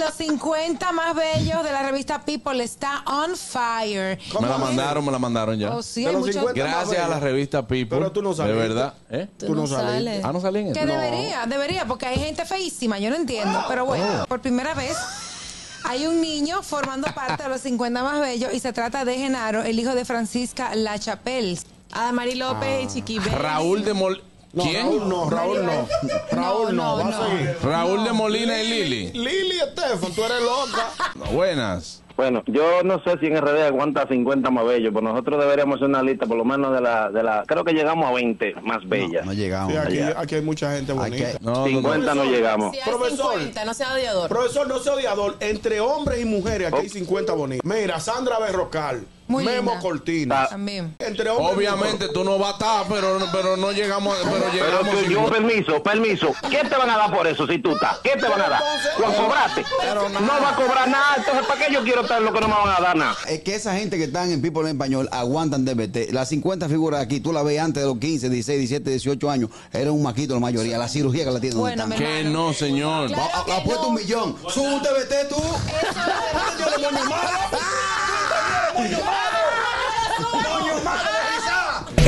Los 50 más bellos de la revista People está on fire. Me la mandaron, me la mandaron ya. Oh, sí, De hay los muchos 50. Gracias a la revista People. Pero tú no De saliste. verdad. ¿Eh? Tú no sales. Ah, no salí en que eso. debería, debería, porque hay gente feísima, yo no entiendo. Oh. Pero bueno, por primera vez hay un niño formando parte de los 50 más bellos y se trata de Genaro, el hijo de Francisca La Chapelle. Adamari López y Chiqui Baby. Ah. Raúl de Mol... No, ¿Quién? Raúl no, Raúl no. Raúl no, No, va no, a seguir. Raúl de Molina y Lili. Lili Estefan, tú eres loca. No, buenas. Bueno, yo no sé si en RD aguanta 50 más bellos, pero nosotros deberíamos hacer una lista por lo menos de la, de la creo que llegamos a 20 más bellas. No, no llegamos. Sí, aquí, allá. aquí hay mucha gente Aquí- bonita. No, no, no. 50 no llegamos. Si hay Profesor. 50, no sea odiador. Profesor, no sea odiador. Entre hombres y mujeres, Oh. aquí hay 50 bonitas. Mira, Sandra Berrocal, Muy Memo linda. Cortina. También. Entre hombres Obviamente tú no vas a estar, pero, pero no llegamos. Pero Pero llegamos. que sin- yo, permiso, permiso. ¿Qué te van a dar por eso si tú estás? ¿Qué te van a dar? ¿Lo cobraste? No va a cobrar nada. Entonces, ¿para qué yo quiero estar en lo que no me van a dar nada? Es que esa gente que están en People en Español aguantan DBT. Las 50 figuras aquí, tú la ves antes de los 15, 16, 17, 18 años. Era un maquito la mayoría. La cirugía que la tienen Bueno, donde mi están. Que no, señor. Claro. Ha- ha- que ha puesto no. un millón. Sube un DBT tú. Este Coño, demonio malo.